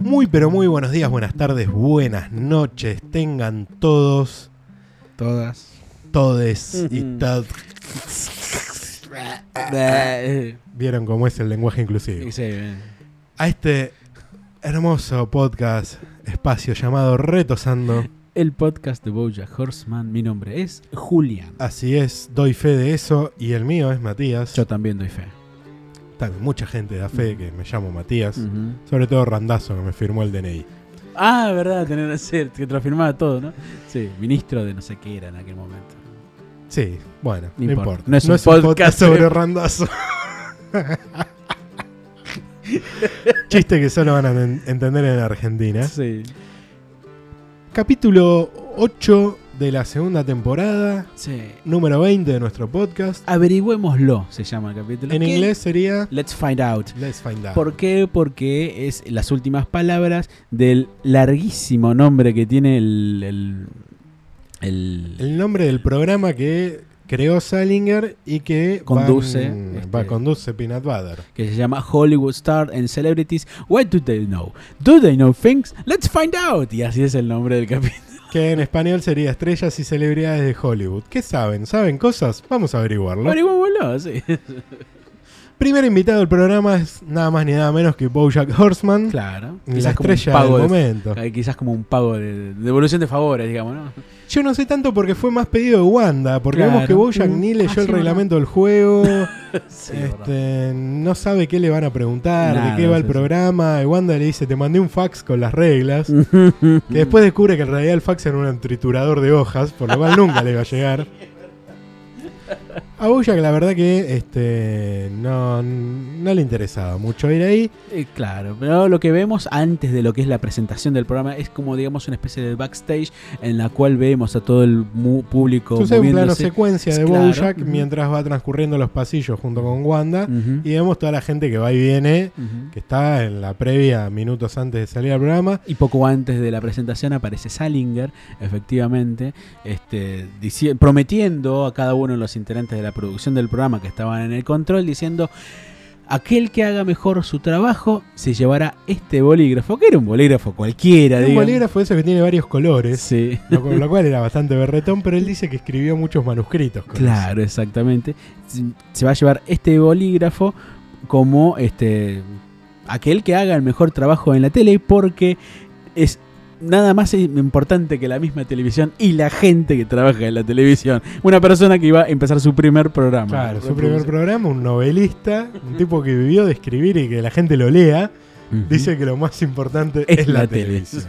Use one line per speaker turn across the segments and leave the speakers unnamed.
Muy pero muy buenos días, buenas tardes, buenas noches. Tengan todos,
Todas.
todes y
Ujú.
tad.
sí,
Vieron cómo es el lenguaje inclusivo.
bien.
A este hermoso podcast, espacio llamado Retosando.
El podcast de Bojack Horseman, mi nombre es Julian.
Así es, doy fe de eso y el mío es Matías.
Yo también doy fe.
También mucha gente da fe que me llamo Matías.
Mm.
Sobre todo Randazo que me firmó el DNI.
Ah, verdad, tener que ser, que te lo firmaba todo, ¿no? Sí, ministro de no sé qué era en aquel momento.
Sí, bueno, no,
No importa.
importa.
No es un podcast
sobre
de-
Randazo. Chiste que solo van a en- entender en Argentina.
Sí.
Capítulo 8 de la segunda temporada,
Sí.
número 20 de nuestro podcast.
Averigüémoslo, se llama el capítulo.
En
¿Qué?
inglés sería
Let's find out.
Let's Find Out.
¿Por qué? Porque es las últimas palabras del larguísimo nombre que tiene el- el- el,
El nombre del programa que creó Salinger y que
Conduce,
van-
este-
va, conduce Peanut Butter.
que se llama Hollywood Star and Celebrities. What do they know? Do they know things? Let's find out. Y así es el nombre del capítulo.
Que en español sería Estrellas y Celebridades de Hollywood. ¿Qué saben? ¿Saben cosas? Vamos a averiguarlo.
Averigüémoslo, sí.
Primer invitado del programa es nada más ni nada menos que Bojack Horseman,
Claro.
la
como un
estrella del
pago de-
momento.
eh, quizás como un pago de devolución de favores, digamos, ¿no?
Yo no sé tanto porque fue más pedido de Wanda, porque
Claro.
vemos que Bojack
Mm,
ni leyó
ah, sí,
el
verdad.
reglamento del juego,
Sí, verdad.
este, no sabe qué le van a preguntar,
Nada,
de qué va
sí,
el
sí.
programa, y Wanda le dice, te mandé un fax con las reglas,
Mm.
que después descubre que en realidad el fax era un triturador de hojas, por lo cual nunca le iba a llegar. A Bojack la verdad que este, no, no le interesaba mucho ir ahí.
Eh, claro, pero lo que vemos antes de lo que es la presentación del programa es como, digamos, una especie de backstage en la cual vemos a todo el mu- público
Sucede un plano
moviéndose.
secuencia de
Claro.
Bojack
Ujú.
mientras va transcurriendo los pasillos junto con Wanda.
Ujú,
Y vemos toda la gente que va y viene,
ujú.
que está en la previa, minutos antes de salir al programa.
Y poco antes de la presentación aparece Salinger, efectivamente, este, dici- prometiendo a cada uno de los integrantes de la producción del programa que estaban en el control, diciendo, aquel que haga mejor su trabajo se llevará este bolígrafo, que era un bolígrafo cualquiera,
Un
digamos.
bolígrafo ese que tiene varios colores,
Sí.
lo, cu- lo cual era bastante berretón, pero él dice que escribió muchos manuscritos. con
Claro, exactamente. Se- Se va a llevar este bolígrafo como este aquel que haga el mejor trabajo en la tele porque es nada más importante que la misma televisión y la gente que trabaja en la televisión. Una persona que iba a empezar su primer programa.
eso. Claro, su primer programa, un novelista, un tipo que vivió de escribir y que la gente lo lea,
Ujú.
dice que lo más importante es,
Es
la,
la tele.
televisión.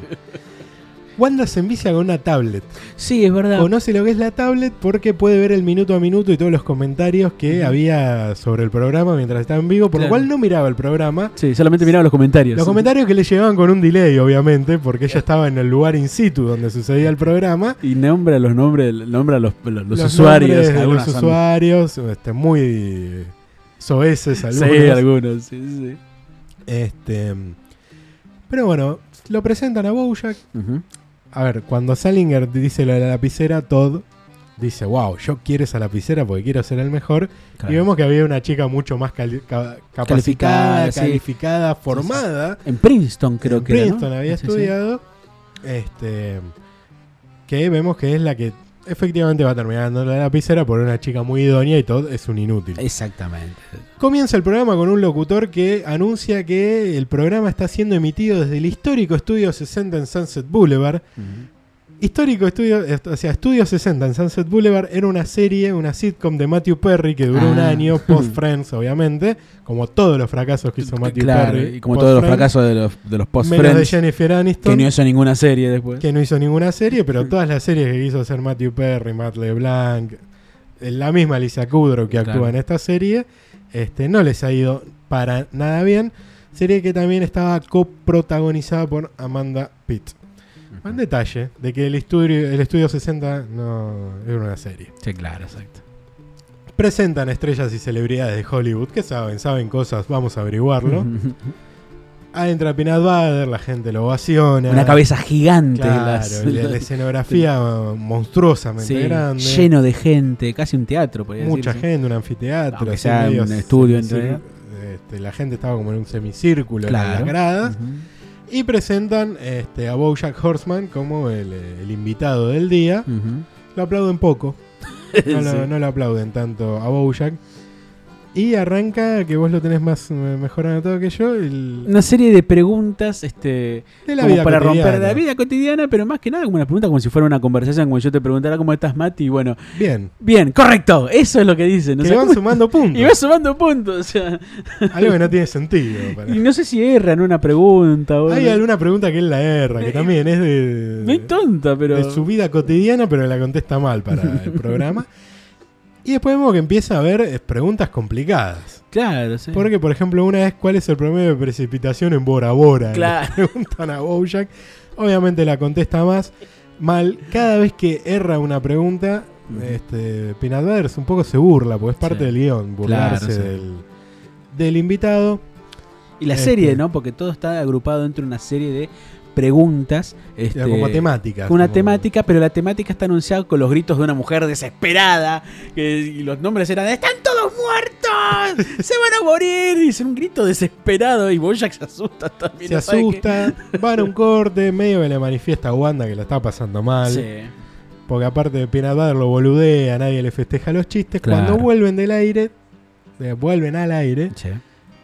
Wanda se envicia con una tablet.
Sí, es verdad.
Conoce lo que es la tablet porque puede ver el minuto a minuto y todos los comentarios que
Ujú.
había sobre el programa mientras estaba en vivo, por lo
Claro.
cual no miraba el programa.
Sí, solamente miraba los comentarios.
Los comentarios que le llegaban con un delay, obviamente, porque ella estaba en el lugar in situ donde sucedía el programa.
Y nombra los nombres, nombra los, los, los
Los
usuarios.
nombres de
algunos
los
son-
usuarios, este, muy soeces algunos.
Sí, algunos, sí, sí.
Este, pero bueno, lo presentan a Bojack.
Ujú.
A ver, cuando Salinger dice lo de la lapicera, Todd dice, wow, yo quiero esa lapicera porque quiero ser el mejor. Y
Claro.
vemos que había una chica mucho más cali- ca- capacitada,
Calificada, sí.
calificada, formada.
En Princeton creo
en
que era, ¿no?
Princeton había
Sí, sí.
estudiado. Este. Que vemos que es la que efectivamente va terminando la lapicera por una chica muy idónea y todo es un inútil.
Exactamente.
Comienza el programa con un locutor que anuncia que el programa está siendo emitido desde el histórico estudio 60 en Sunset Boulevard. Histórico estudio, est- o sea, Estudio 60 en Sunset Boulevard era una serie, una sitcom de Matthew Perry que duró un
Ah.
año, post Friends, obviamente, como todos los fracasos que hizo Matthew
claro,
Perry.
y como
post
todos los
Friends,
fracasos de los, de
menos de
los post-friends,
Jennifer Aniston.
que no hizo ninguna serie después.
que no hizo ninguna serie, pero todas las series que quiso hacer Matthew Perry, Matt LeBlanc, eh, la misma Lisa Kudrow que actúa
Claro.
en esta serie, este, no les ha ido para nada bien. Serie que también estaba coprotagonizada por Amanda Pitt. Un detalle de que el estudio, el estudio 60 no era una serie.
Sí, claro, exacto.
Presentan estrellas y celebridades de Hollywood que saben, saben cosas, vamos a averiguarlo. Entra Peanut Butter, la gente lo ovaciona.
Una cabeza gigante.
Claro,
las-
la, la escenografía monstruosamente
Sí,
grande.
lleno de gente, casi un teatro, podría
Mucha
decirse.
gente, un anfiteatro.
Aunque
así
sea
medio
un estudio,
semicir- este, la gente estaba como en un semicírculo en las
Claro.
gradas.
Ujú.
Y presentan este, a Bojack Horseman como el, eh, el invitado del día.
Ujú.
Lo aplauden poco. No, lo,
Sí.
no lo aplauden tanto a Bojack. Y arranca, que vos lo tenés más eh, mejor anotado que yo, el-
Una serie de preguntas este,
de la
como
vida
para romper
cotidiana.
la vida cotidiana, pero más que nada como una pregunta, como si fuera una conversación, como yo te preguntara cómo estás, Mati, y bueno,
Bien.
bien, correcto, eso es lo que dicen. o
que
sea,
van
como-
sumando puntos.
y va sumando puntos, o sea,
Algo que no tiene sentido. para-
y no sé si erran una pregunta o
Hay alguna pregunta que él la erra, que
Eh,
también es de,
muy tonta, pero...
de su vida cotidiana, pero la contesta mal para el programa. Y después vemos que empieza a haber eh, preguntas complicadas.
Claro, sí.
Porque, por ejemplo, una es cuál es el promedio de precipitación en Bora Bora. Le
Claro.
preguntan a Bojack. Obviamente la contesta más mal. Cada vez que erra una pregunta,
Ujú.
este, Peanut Butter un poco se burla, porque es parte
Sí.
del guión, burlarse
sí.
del, del invitado.
Y la
Este.
serie, ¿no? Porque todo está agrupado dentro de una serie de preguntas. Este,
Era como temática.
Una
como-
temática, pero la temática está anunciada con los gritos de una mujer desesperada. Que, y los nombres eran: ¡Están todos muertos! ¡Se van a morir! Y es un grito desesperado. Y Bojack se asusta también.
Se
¿no sabe qué?
asusta, van a un corte, medio que le manifiesta a Wanda que la está pasando mal.
Sí.
Porque aparte de Peanut Butter lo boludea, nadie le festeja los chistes.
Claro.
Cuando vuelven del aire, eh, vuelven al aire,
Sí,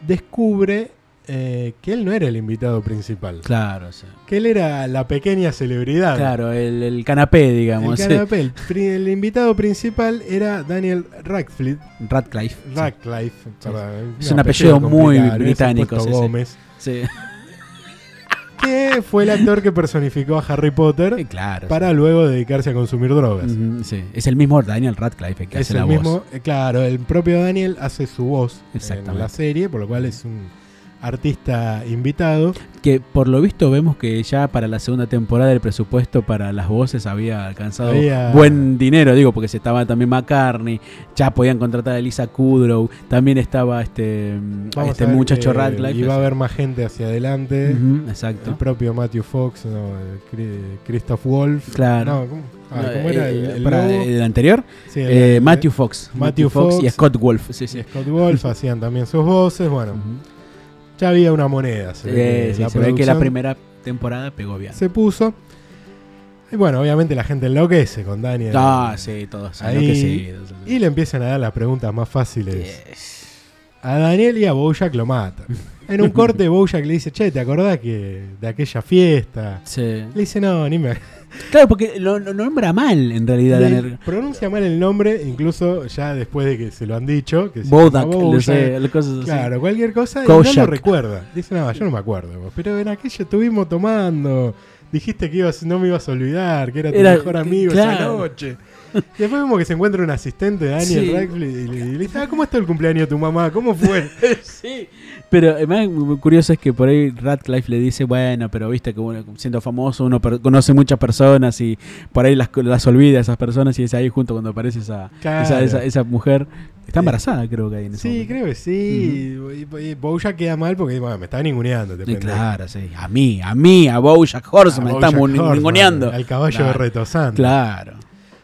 descubre eh, que él no era el invitado principal.
claro, sí.
Que él era la pequeña celebridad.
Claro, el, el canapé, digamos.
el, canapé, el pri- el invitado principal era Daniel Radcliffe.
sí. Radcliffe. sí.
Radcliffe perdón,
Es un apellido muy
complicado, le hubiese
británico,
puesto
sí, sí.
Gómez,
Sí.
que fue el actor que personificó a Harry Potter.
Eh, Claro. sí.
para luego dedicarse a consumir drogas.
Ujú, sí. Es el mismo Daniel Radcliffe el que
Pues. Es
hace la
el
voz.
mismo, eh, claro, el propio Daniel hace su voz en
Exactamente.
la serie, por lo cual es un artista invitado.
Que por lo visto vemos que ya para la segunda temporada el presupuesto para las voces había alcanzado
Había-
buen dinero, digo, porque se estaba también McCartney, ya podían contratar a Elisa Kudrow, también estaba este,
Vamos
este
a ver
muchacho
que-
Radcliffe.
Y va a haber más gente hacia adelante.
Ujú,
El
exacto.
propio Matthew Fox, no, eh, Cri- Christoph Wolf.
Claro.
No, ¿cómo, Ah,
No,
¿cómo era
eh,
el, el
para
lobo?
el anterior?
Sí, el-
Eh,
el-
Matthew Fox.
Matthew
y
Fox.
Scott Wolf. Sí, sí.
y Scott Wolf hacían también sus voces. Bueno,
Ujú.
ya había una moneda. se ve
Eh,
que
sí,
la
se ve que la
producción-
primera temporada pegó bien.
se puso. Y bueno, obviamente la gente enloquece con Daniel.
Ah, sí, todos.
Ahí-
enloquecidos.
Y le empiezan a dar las preguntas más fáciles.
Yes.
A Daniel y a Bojack lo matan. En un corte Bojack le dice, che, ¿te acordás que de aquella fiesta?
Sí.
Le dice, no, ni me...
Claro, porque lo, lo nombra mal en realidad.
Le
Daniel.
pronuncia mal el nombre, incluso ya después de que se lo han dicho. Que se
Bodak,
llama
no
Bojack.
sé, las cosas así.
Claro, cualquier cosa. Y no
Kojak.
lo recuerda. Dice, no, yo no me acuerdo. vos, Pero en aquello estuvimos tomando. Dijiste que ibas, no me ibas a olvidar, que era tu
Era-
mejor amigo esa
claro.
noche. Y después vemos que se encuentra un asistente de Daniel
Sí.
Radcliffe y le, y le dice, ah, ¿cómo está el cumpleaños de tu mamá? ¿Cómo fue?
sí. Pero eh, más muy curioso es que por ahí Radcliffe le dice, bueno, pero viste que uno, siendo famoso uno per- conoce muchas personas y por ahí las, las olvida esas personas y es ahí junto cuando aparece esa,
Claro.
esa, esa- esa mujer. Está embarazada creo que ahí en ese
Sí,
momento.
creo que sí. Y, y Bojack queda mal porque bueno, me está ninguneando. este
Y
pendejo.
claro, sí. A mí, a mí, a Bojack Horseman,
A
estamos
Bojack Horseman,
ninguneando.
Al caballo
Claro.
de retosando.
Claro.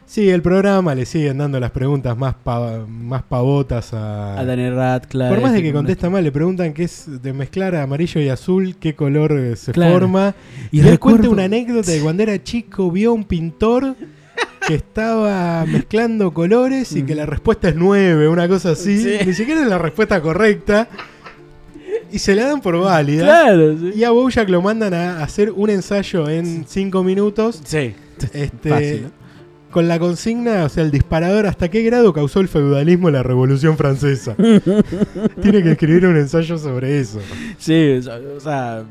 Sí, el programa le siguen dando las preguntas más, pa- más pavotas a,
A Daniel Radcliffe. este
Por más de que contesta mal, le preguntan qué es de mezclar amarillo y azul, qué color eh, se
Claro.
forma. Y,
Y
él cuenta
recuerdo-
una anécdota de cuando era chico, vio a un pintor que estaba mezclando colores y que la respuesta es 9, una cosa así.
Sí.
Ni siquiera es la respuesta correcta. Y se la dan por válida.
este Claro, sí.
Y a Bojack lo mandan a hacer un ensayo en 5 minutos.
Sí.
Este,
Fácil, ¿no?
Con la consigna, o sea, el disparador, ¿hasta qué grado causó el feudalismo la Revolución Francesa? Tiene que escribir un ensayo sobre eso.
Sí, o sea, o sea,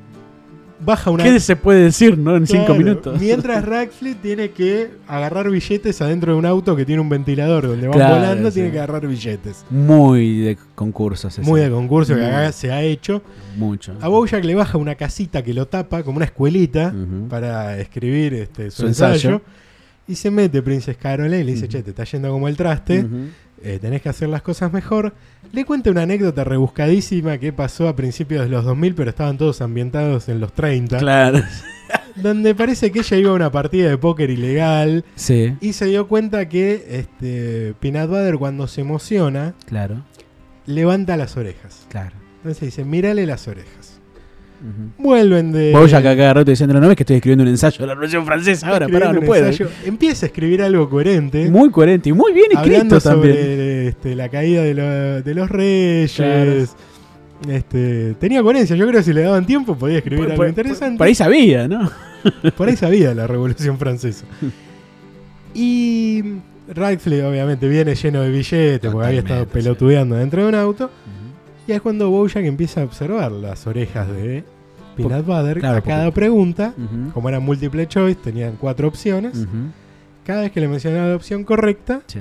Baja una...
¿qué se puede decir, no? En cinco
Claro,
minutos.
Mientras Radcliffe tiene que agarrar billetes adentro de un auto que tiene un ventilador donde van
Claro,
volando,
sí.
tiene que agarrar billetes.
Muy de concursos. ese.
Muy de concurso que
Muy.
acá se ha hecho.
Mucho.
A Bojack le baja una casita que lo tapa, como una escuelita,
Ujú.
para escribir este, su,
Mm. Su
ensayo.
ensayo. Mm.
Y se mete Princess Caroline y le dice,
Ujú.
che, te está yendo como el traste.
Ujú.
eh, tenés que hacer las cosas mejor. Le cuenta una anécdota rebuscadísima que pasó a principios de los 2000, pero estaban todos ambientados en los 30,
Claro.
donde parece que ella iba a una partida de póker ilegal
Sí,
y se dio cuenta que este, Peanut Butter cuando se emociona
claro,
levanta las orejas.
claro.
Entonces dice, mírale las orejas.
Ujú.
Vuelven de...
Vos ya que a cada rato diciendo, no ves que estoy escribiendo un ensayo de la Revolución Francesa ahora, pará, no
escribiendo un
puedo.
ensayo". Empieza a escribir algo coherente.
Muy coherente y muy bien escrito
hablando sobre
también.
este, la caída de, lo- de los reyes.
Claro.
Este, tenía coherencia, yo creo que si le daban tiempo podía escribir
Por-
algo
por-
interesante.
Por ahí sabía, ¿no?
Por ahí sabía la Revolución Francesa. Y Radcliffe obviamente viene lleno de billetes porque había estado
Totalmente,
pelotudeando dentro de un auto. Y es cuando Bojack empieza a observar las orejas de Peanut Butter
claro,
a
porque-
cada pregunta.
Ujú.
Como era multiple choice, tenían cuatro opciones.
Ujú.
Cada vez que le mencionaba la opción correcta,
Sí.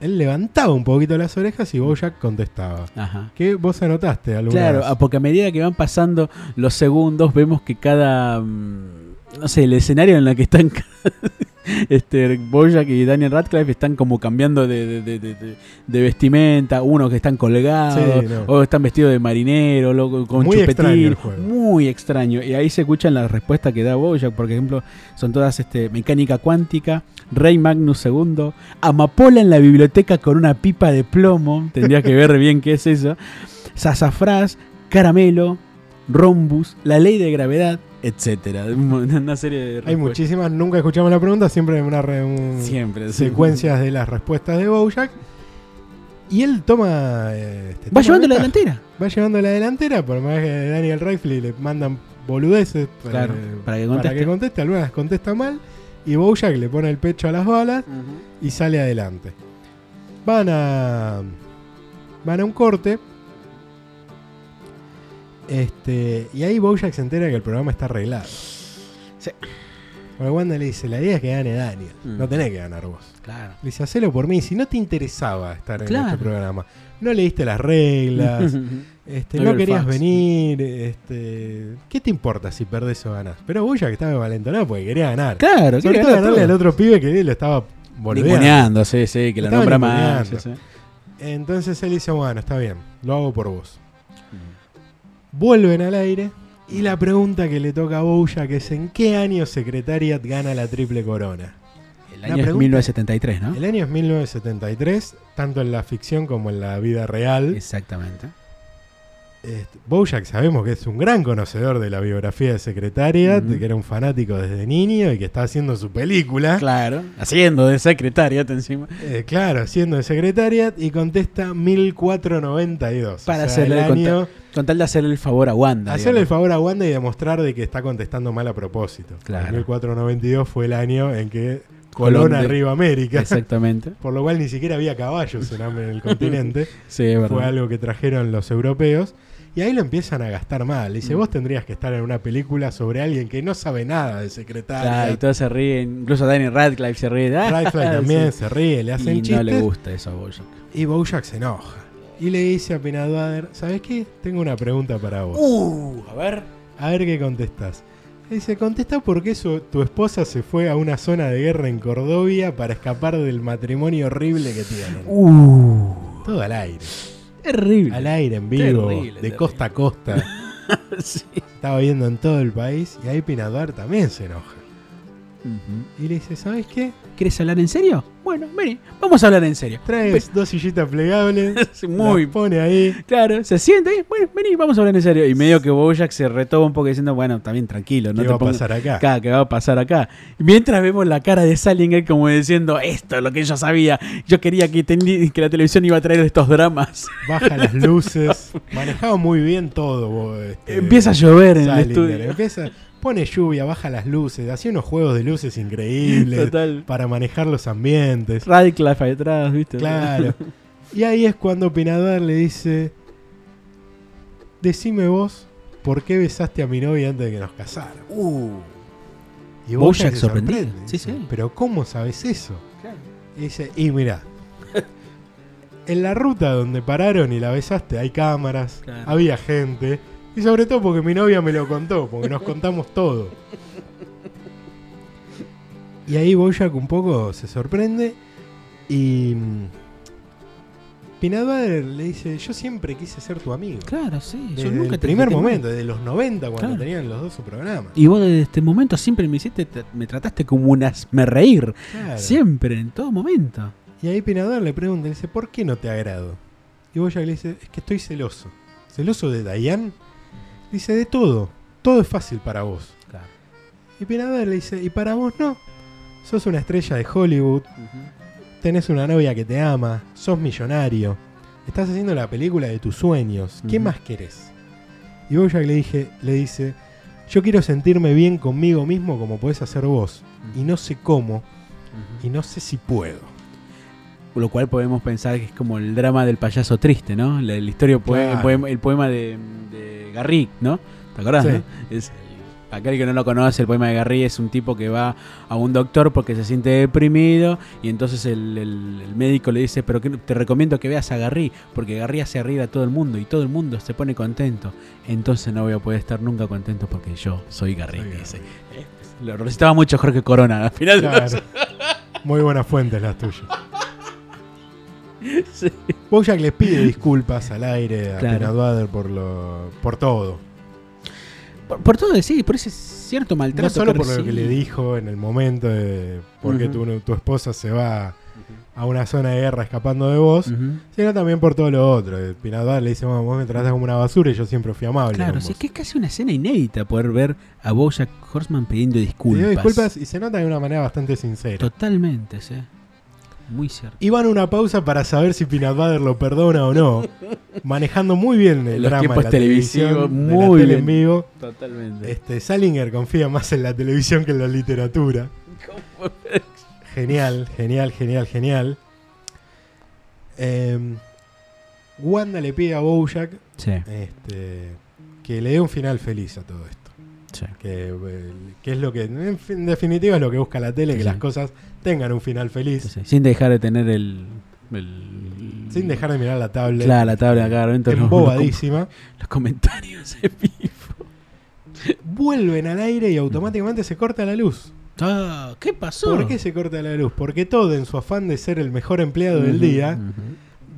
él levantaba un poquito las orejas y Bojack contestaba.
Ajá.
Que vos anotaste alguna
Claro,
vez.
ah, porque a medida que van pasando los segundos, vemos que cada. mm, No sé, el escenario en el que están. este, Bojack y Daniel Radcliffe están como cambiando de, de- de- de- de- de vestimenta. Unos que están colgados,
Sí, no.
o están vestidos de marinero, loco, con
Muy
chupetín.
extraño el juego.
Muy extraño. Y ahí se escuchan las respuestas que da Bojack. Por ejemplo, son todas este, mecánica cuántica, Rey Magnus II, Amapola en la biblioteca con una pipa de plomo. Tendría que ver bien qué es eso zazafrás, caramelo, rombus, la ley de gravedad, etcétera. Una serie de
Hay
respuestas.
muchísimas, nunca escuchamos la pregunta, siempre hay una re- un-
Siempre. sí.
secuencias de las respuestas de Bojack. Y él toma. eh, este,
Va
toma
llevando la
ventaja.
delantera.
Va llevando la delantera, por más que Daniel Radcliffe le mandan boludeces para,
Claro, para que
para
conteste.
que conteste. Algunas las contesta mal. Y Bojack le pone el pecho a las balas y sale adelante. Van a. Van a un corte. Este. Y ahí Bojack se entera que el programa está arreglado.
Sí.
Porque Wanda le dice, la idea es que gane Daniel.
Mm.
No tenés que ganar vos.
Claro.
Le dice, hacelo por mí. Si no te interesaba estar en
Claro.
este programa. No leíste las reglas. este,
No
no
vio el
querías
fax.
venir. Este. ¿qué te importa si perdés o ganás? Pero Bojack estaba valentonado porque quería ganar. Sobre
Claro, quiere
todo
ganar
ganarle al
todo.
otro pibe que lo estaba volviendo.
Ninguneando, sí, sí, que la
Estaba
nombra más. sí, sí.
Entonces él dice, bueno, está bien, lo hago por vos. Vuelven al aire y la pregunta que le toca a Bojack es ¿en qué año Secretariat gana la triple corona?
El
La
año es
pregunta-
1973, ¿no?
El año es 1973, tanto en la ficción como en la vida real.
Exactamente.
¿Ah? Este, Bojack sabemos que es un gran conocedor de la biografía de Secretariat,
Ujú.
que era un fanático desde niño y que está haciendo su película.
Claro. Haciendo de secretaria encima.
Eh, claro, haciendo de Secretariat y contesta 1492.
Para
o sea,
hacerle
el
el conta-
año...
Con tal de hacerle el favor a Wanda.
Hacerle el
digamos.
favor a Wanda y demostrar de que está contestando mal a propósito.
Claro.
1492 fue el año en que
Colón
Colón
de-
arriba América,
Exactamente.
por lo cual ni siquiera había caballos en, am- en el continente.
Sí, es verdad.
fue algo que trajeron los europeos. Y ahí lo empiezan a gastar mal. Dice,
Mm.
vos tendrías que estar en una película sobre alguien que no sabe nada de
Claro,
secretaria.
y todos se ríen. Incluso Daniel Radcliffe se ríe. Ah,
Radcliffe también se ríe, le
sí.
hacen
Y
chistes.
no le gusta eso a Bojack.
Y Bojack se enoja. Y le dice a Peanut Butter, ¿sabes qué? Tengo una pregunta para vos.
Uh, a ver.
A ver qué contestas. Dice, contesta por qué su- tu esposa se fue a una zona de guerra en Cordovia para escapar del matrimonio horrible que tienen.
Uh,
Todo al aire.
terrible.
Al aire, en vivo,
Terrible,
de
terrible.
costa a costa.
Sí.
Estaba viendo en todo el país y ahí Pinadar también se enoja.
Ujú.
Y le dice, ¿sabes qué?
¿Quieres hablar en serio? Bueno, vení, vamos a hablar en serio.
Traes dos sillitas plegables.
Sí, Muy
las pone ahí.
claro, se siente ahí. Bueno, vení, vamos a hablar en serio. Y medio que Bojack se retoma un poco diciendo, bueno, también tranquilo, no
¿Qué
te
va a
pongas
pasar acá?
acá, ¿qué va a pasar acá? Y mientras vemos la cara de Salinger como diciendo, esto es lo que yo sabía. Yo quería que, teni- que la televisión iba a traer estos dramas.
Baja las luces. Manejaba muy bien todo. vos, este,
Empieza a llover en el
Salinger,
estudio.
empieza- pone lluvia, baja las luces, hacía unos juegos de luces increíbles
Total.
para manejar los ambientes.
Radcliffe ahí atrás, ¿viste?
Claro. Y ahí es cuando Pinadar le dice: Decime vos, ¿por qué besaste a mi novia antes de que nos casáramos?
Uh,
Y
Bojack
se
sorprendido.
sorprende,
Sí,
dice,
sí.
Pero ¿cómo sabes eso?
claro.
Y dice: Y mirá. En la ruta donde pararon y la besaste hay cámaras,
Claro.
había gente. Y sobre todo porque mi novia me lo contó, porque nos contamos todo. Y ahí Bojack un poco se sorprende y mm, Spinadbader le dice, yo siempre quise ser tu amigo.
Claro, sí.
Desde
yo nunca
el
te
primer
traté mal.
momento, desde los 90 cuando
Claro.
tenían los dos su programa.
Y vos desde este momento siempre me hiciste, tra- me trataste como un me reír.
Claro.
Siempre, en todo momento.
Y ahí Pinador le pregunta, le dice, ¿por qué no te agrado? Y Bojack le dice, es que estoy celoso. ¿Celoso de Diane? Dice, de todo. Todo es fácil para vos. Y Pinador le dice, ¿y para vos no? Sos una estrella de Hollywood, tenés una novia que te ama, sos millonario, estás haciendo la película de tus sueños, ¿qué
Ujú.
más querés? Y Bojack le, dije, le dice, yo quiero sentirme bien conmigo mismo como podés hacer vos, y no sé cómo, y no sé si puedo.
Lo cual podemos pensar que es como el drama del payaso triste, ¿no? La, la historia, poe-
Claro.
el poema, el poema de, de Garrick, ¿no? ¿Te acordás?
Sí.
no? Es- aquel que no lo conoce, el poema de Garrick es un tipo que va a un doctor porque se siente deprimido y entonces el, el- el médico le dice, pero que, te recomiendo que veas a Garrick porque Garrick hace reír a todo el mundo y todo el mundo se pone contento. Entonces no voy a poder estar nunca contento porque yo soy Garrick.
Soy
dice. Lo recitaba mucho Jorge Corona al final. de
Claro. Muy buenas fuentes las tuyas.
los- Sí.
Bojack le pide disculpas al aire a
Claro.
Pinadwader por lo por todo.
Por, por todo, sí, por ese cierto maltrato.
No solo
que
por lo que
recibe.
le dijo en el momento de por qué
Ujú.
tu, tu esposa se va a una zona de guerra escapando de vos,
Ujú.
sino también por todo lo otro. Eh, Pinadwader le dice, "Bueno, vos me tratás como una basura y yo siempre fui amable.
Claro,
con
sí,
vos".
es que es casi una escena inédita poder ver a Bojack Horseman pidiendo
Le
disculpas.
dio disculpas y se nota de una manera bastante sincera.
Totalmente, sí. Muy cierto.
Y van a una pausa para saber si Pinadwader lo perdona o no, manejando muy bien el
Los
drama
tiempos
de la televisión,
televisivos,
de la
muy
tele en
bien.
vivo.
Totalmente.
Este, Salinger confía más en la televisión que en la literatura. Genial, genial, genial, genial. Em, Wanda le pide a Bojack
Sí,
este, que le dé un final feliz a todo esto.
sí.
Que, eh, que es lo que, en fin- en definitiva, es lo que busca la tele, que
Sí.
las cosas tengan un final
sí,
feliz.
sí. Sin dejar de tener el. el-
Sin dejar de mirar la tablet.
Claro, la tabla acá, adentro, los, los,
Embobadísima.
los comentarios en vivo.
Vuelven al aire y automáticamente se corta la luz.
Ah, ¿Qué pasó?
¿Por qué se corta la luz? Porque todo en su afán de ser el mejor empleado del día,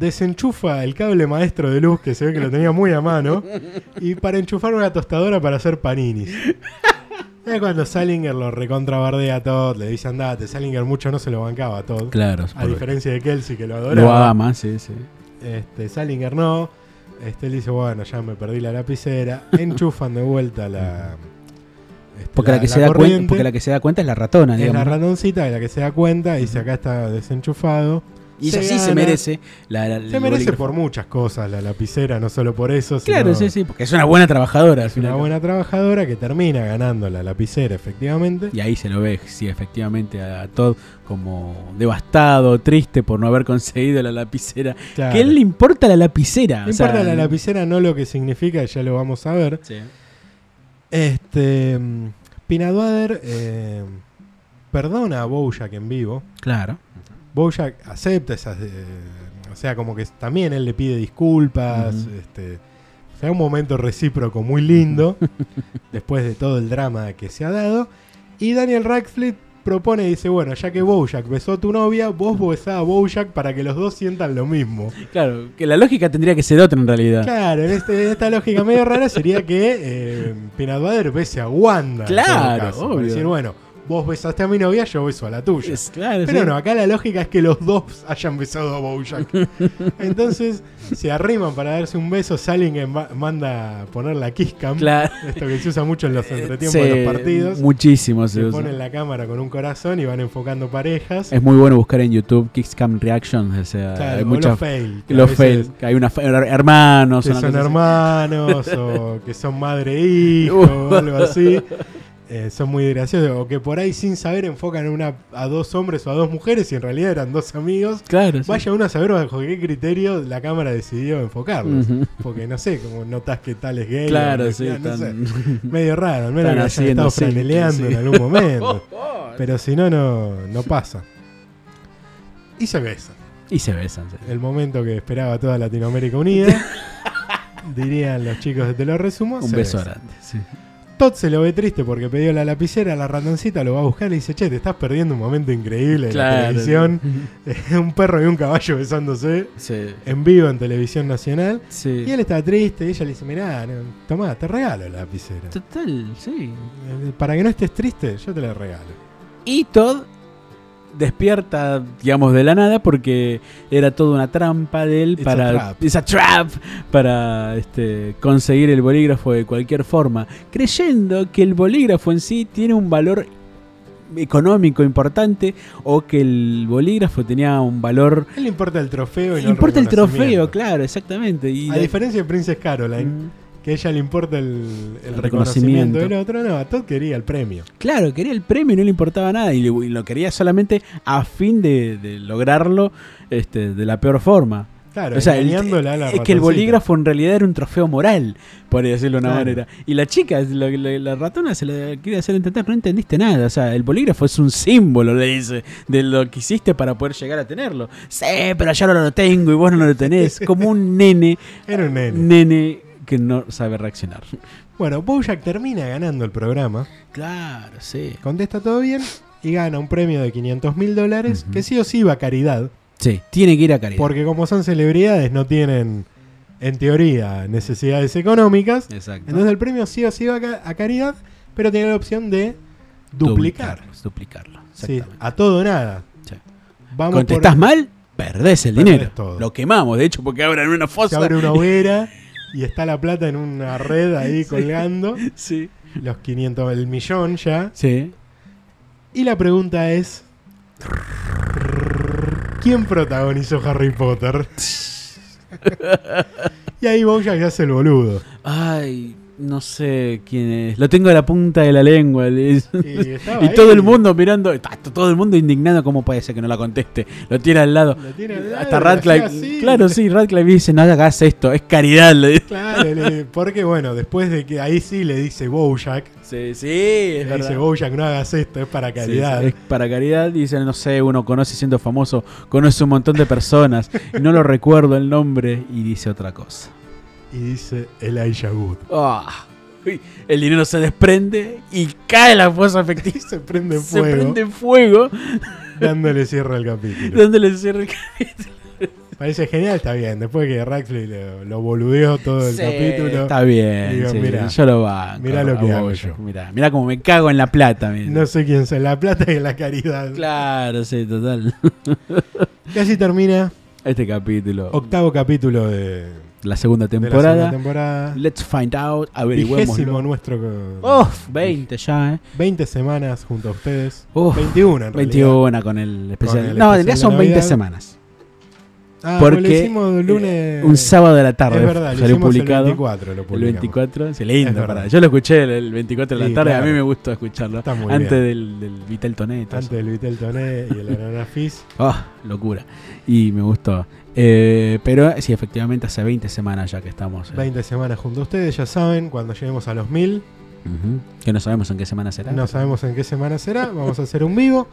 desenchufa el cable maestro de luz que se ve que lo tenía muy a mano y para enchufar una tostadora para hacer paninis. Es cuando Salinger lo recontrabardea a Todd, le dice andate, Salinger mucho no se lo bancaba a Todd.
Claro,
A diferencia de Kelsey que lo
lo
adoraba,
ama, sí, sí.
este, Salinger no. Este, él dice, bueno, ya me perdí la lapicera. Enchufan de vuelta la... este,
Porque la, que se da cuenta, porque la que se da cuenta es la ratona,
es
digamos.
la ratoncita de la que se da cuenta y dice acá está desenchufado.
y ella
se
sí se
gana.
merece la, la-
Se
el
merece
bolígrafo.
por muchas cosas la lapicera, no solo por eso.
Claro,
sino-
sí, sí, porque es una buena trabajadora al
Es una
final.
buena trabajadora que termina ganando la lapicera, efectivamente.
Y ahí se lo ve, sí, efectivamente, a Todd como devastado, triste por no haber conseguido la lapicera.
Claro.
¿Qué le importa la lapicera?
No
O sea,
importa la lapicera, no lo que significa, ya lo vamos a ver.
sí.
Este. mm, Pinaduader eh, perdona a Bojack en vivo.
Claro.
Bojack acepta esas. eh, o sea, como que también él le pide disculpas.
Ujú.
este, o sea, un momento recíproco muy lindo. después de todo el drama que se ha dado. Y Daniel Radcliffe propone y dice: Bueno, ya que Bojack besó a tu novia, vos besá a Bojack para que los dos sientan lo mismo.
Claro, que la lógica tendría que ser otra en realidad.
Claro, en, este- en esta lógica medio rara sería que eh, Peanut Butter bese a Wanda. en todo
Claro,
caso,
obvio.
para decir, bueno, vos besaste a mi novia, yo beso a la tuya.
Es- claro,
Pero
sí.
no, acá la lógica es que los dos hayan besado a Bojack. Entonces se arriman para darse un beso. Salinger ma- manda a poner la kiss cam.
Claro. Eh,
Esto que se usa mucho en los entretiempos
Sí,
de los partidos.
Muchísimo se
Se
usa.
ponen la cámara con un corazón y van enfocando parejas.
Es muy bueno buscar en YouTube Kickscam Reactions, o sea,
Claro,
hay
o
muchas
los fail. que a
los
veces
fail, que hay una fa- hermanos,
Que
una
son
cosa así.
hermanos o que son madre e hijo
Uh.
o algo así. Eh, son muy graciosos. O que por ahí sin saber enfocan a una, a dos hombres o a dos mujeres y en realidad eran dos amigos.
Claro, sí.
Vaya uno a saber bajo qué criterio la cámara decidió enfocarlos.
Ujú.
Porque no sé, como notas que tal es gay.
Claro,
o
sí,
lesbiana, eh, no
tan-
sé. Medio raro, al menos
Están
que hayan
haciendo,
estado
sí,
franeleando
sí.
en algún momento. Pero si no, no, no pasa. Y se besan.
y se besan. sí.
El momento que esperaba toda Latinoamérica unida. dirían los chicos de Te lo resumo.
Un
se
beso
besan.
grande. sí.
Todd se lo ve triste porque pidió la lapicera, la randoncita lo va a buscar y le dice, che, te estás perdiendo un momento increíble de la
Claro.
televisión. un perro y un caballo besándose
Sí.
en vivo en televisión nacional.
Sí.
Y él está triste y ella le dice, mirá, no, tomá, te regalo la lapicera.
Total, sí.
Eh, Para que no estés triste, yo te la regalo.
Y Todd despierta, digamos, de la nada porque era toda una trampa de él
It's a
para...
trap.
It's a trap. Para este, conseguir el bolígrafo de cualquier forma, creyendo que el bolígrafo en sí tiene un valor económico importante o que el bolígrafo tenía un valor...
A él le importa el trofeo y no
Importa el trofeo,
reconocimiento.
claro, exactamente. Y
A diferencia de Princess Caroline,
Mm.
que a ella le importa el, el
El
reconocimiento
reconocimiento.
del otro, no, a Todd quería el premio.
Claro, quería el premio, no le importaba nada y, le- y lo quería solamente a fin de, de lograrlo este, de la peor forma.
Claro,
o sea, el-
engañándola a la
es que el
ratoncita.
bolígrafo en realidad era un trofeo moral, por decirlo de una
Claro.
manera. Y la chica, la, la- la ratona se la quiere hacer entender, no entendiste nada. O sea, el bolígrafo es un símbolo, le dice, de lo que hiciste para poder llegar a tenerlo. Sí, pero yo no lo tengo y vos no lo tenés. Como un nene,
Era un nene.
Mm. nene que no sabe reaccionar.
Bueno, Bojack termina ganando el programa,
Claro, sí.
contesta todo bien y gana un premio de 500 mil dólares,
Ujú.
que sí o sí va a caridad,
Sí, tiene que ir a caridad.
porque como son celebridades no tienen, en teoría, necesidades económicas,
Exacto.
entonces el premio sí o sí va a, ca- a caridad, pero tiene la opción de duplicar.
Duplicarlo, Duplicarlo.
Sí,
exactamente.
a todo o nada.
Sí.
Vamos
Contestás
por-
mal, perdés el
Perdés
dinero.
todo.
Lo quemamos, de hecho, porque ahora en una
se
fosa.
abre una hoguera y está la plata en una red ahí colgando,
Sí.
los 500, el millón ya.
Sí.
Y la pregunta es: ¿Quién protagonizó Harry Potter? y ahí Bojack hace el boludo.
Ay, no sé quién es. Lo tengo a la punta de la lengua. le dice.
Y, estaba
Y
ahí.
todo el mundo mirando, está todo el mundo indignado, ¿cómo puede ser que no la conteste? Lo tira al lado.
Lo tiene al lado,
Hasta
lo
Radcliffe.
hacía así.
Claro, sí, Radcliffe dice, no hagas esto, es caridad. le dice.
Claro, le- porque bueno, después de que ahí sí le dice Bojack,
Sí, sí, es
le dice
verdad.
Bojack, no hagas esto, es para caridad.
Sí, sí, es para caridad. Dice, no sé, uno conoce siendo famoso, conoce un montón de personas, y no lo recuerdo el nombre y dice otra cosa.
Y dice Elijah Wood.
Ah, uy, el dinero se desprende y cae la fosa
Y
efectiva.
se prende en
Se
fuego,
prende fuego
dándole cierre al capítulo.
dándole cierre.
Parece genial, está bien. Después que Radcliffe lo, lo boludeó todo el
Sí,
capítulo.
Está bien.
Digo,
sí,
mirá,
yo lo banco.
mirá lo que
a
hago
vos,
yo.
Mirá, mirá cómo me cago en la plata. mirá.
No sé quién sea, la plata y la caridad.
Claro, sí, total.
Casi termina
Este capítulo,
octavo capítulo de,
la segunda
de la segunda
temporada.
temporada.
Let's find out, averigüemos.
Vigésimo nuestro. co-
Oh, 20 ya, eh.
20 semanas junto a ustedes.
Uf,
21 en realidad.
21 con el especial.
Con el especial
no, en realidad
de
son 20
Navidad.
semanas.
Ah,
porque, eh,
pues lo hicimos el lunes.
Un sábado de la tarde
Eh, es verdad, lo
salió
hicimos
publicado.
El 24 lo
El
publicamos.
24, sí, lindo,
Es verdad.
pará. Yo lo escuché el, el 24 de la
Sí,
tarde,
claro.
a mí me gusta escucharlo.
Está muy
Antes
bien.
del, del Vitel Tonet.
Antes del Vitel Toné y el Arana Fizz.
Ah, locura. Y me gustó. Eh, pero sí, efectivamente, hace 20 semanas ya que estamos. eh.
20 semanas junto a ustedes, ya saben, cuando lleguemos a los 1000,
Ujú. Que no sabemos en qué semana será.
no sabemos en qué semana será, vamos a hacer un vivo.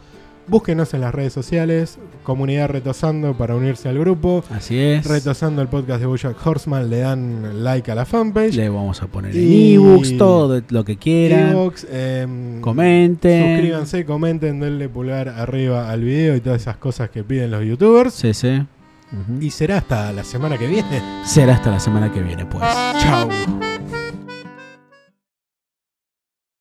Búsquenos en las redes sociales, comunidad retosando para unirse al grupo.
Así es.
Retosando el podcast de Bojack Horseman, le dan like a la fanpage.
Le vamos a poner
Y-
en ebooks, todo lo que quieran.
Evox, em,
Comenten.
Suscríbanse, comenten, denle pulgar arriba al video y todas esas cosas que piden los youtubers.
Sí, sí. Ujú.
Y será hasta la semana que viene.
Será hasta la semana que viene, pues.
Chao.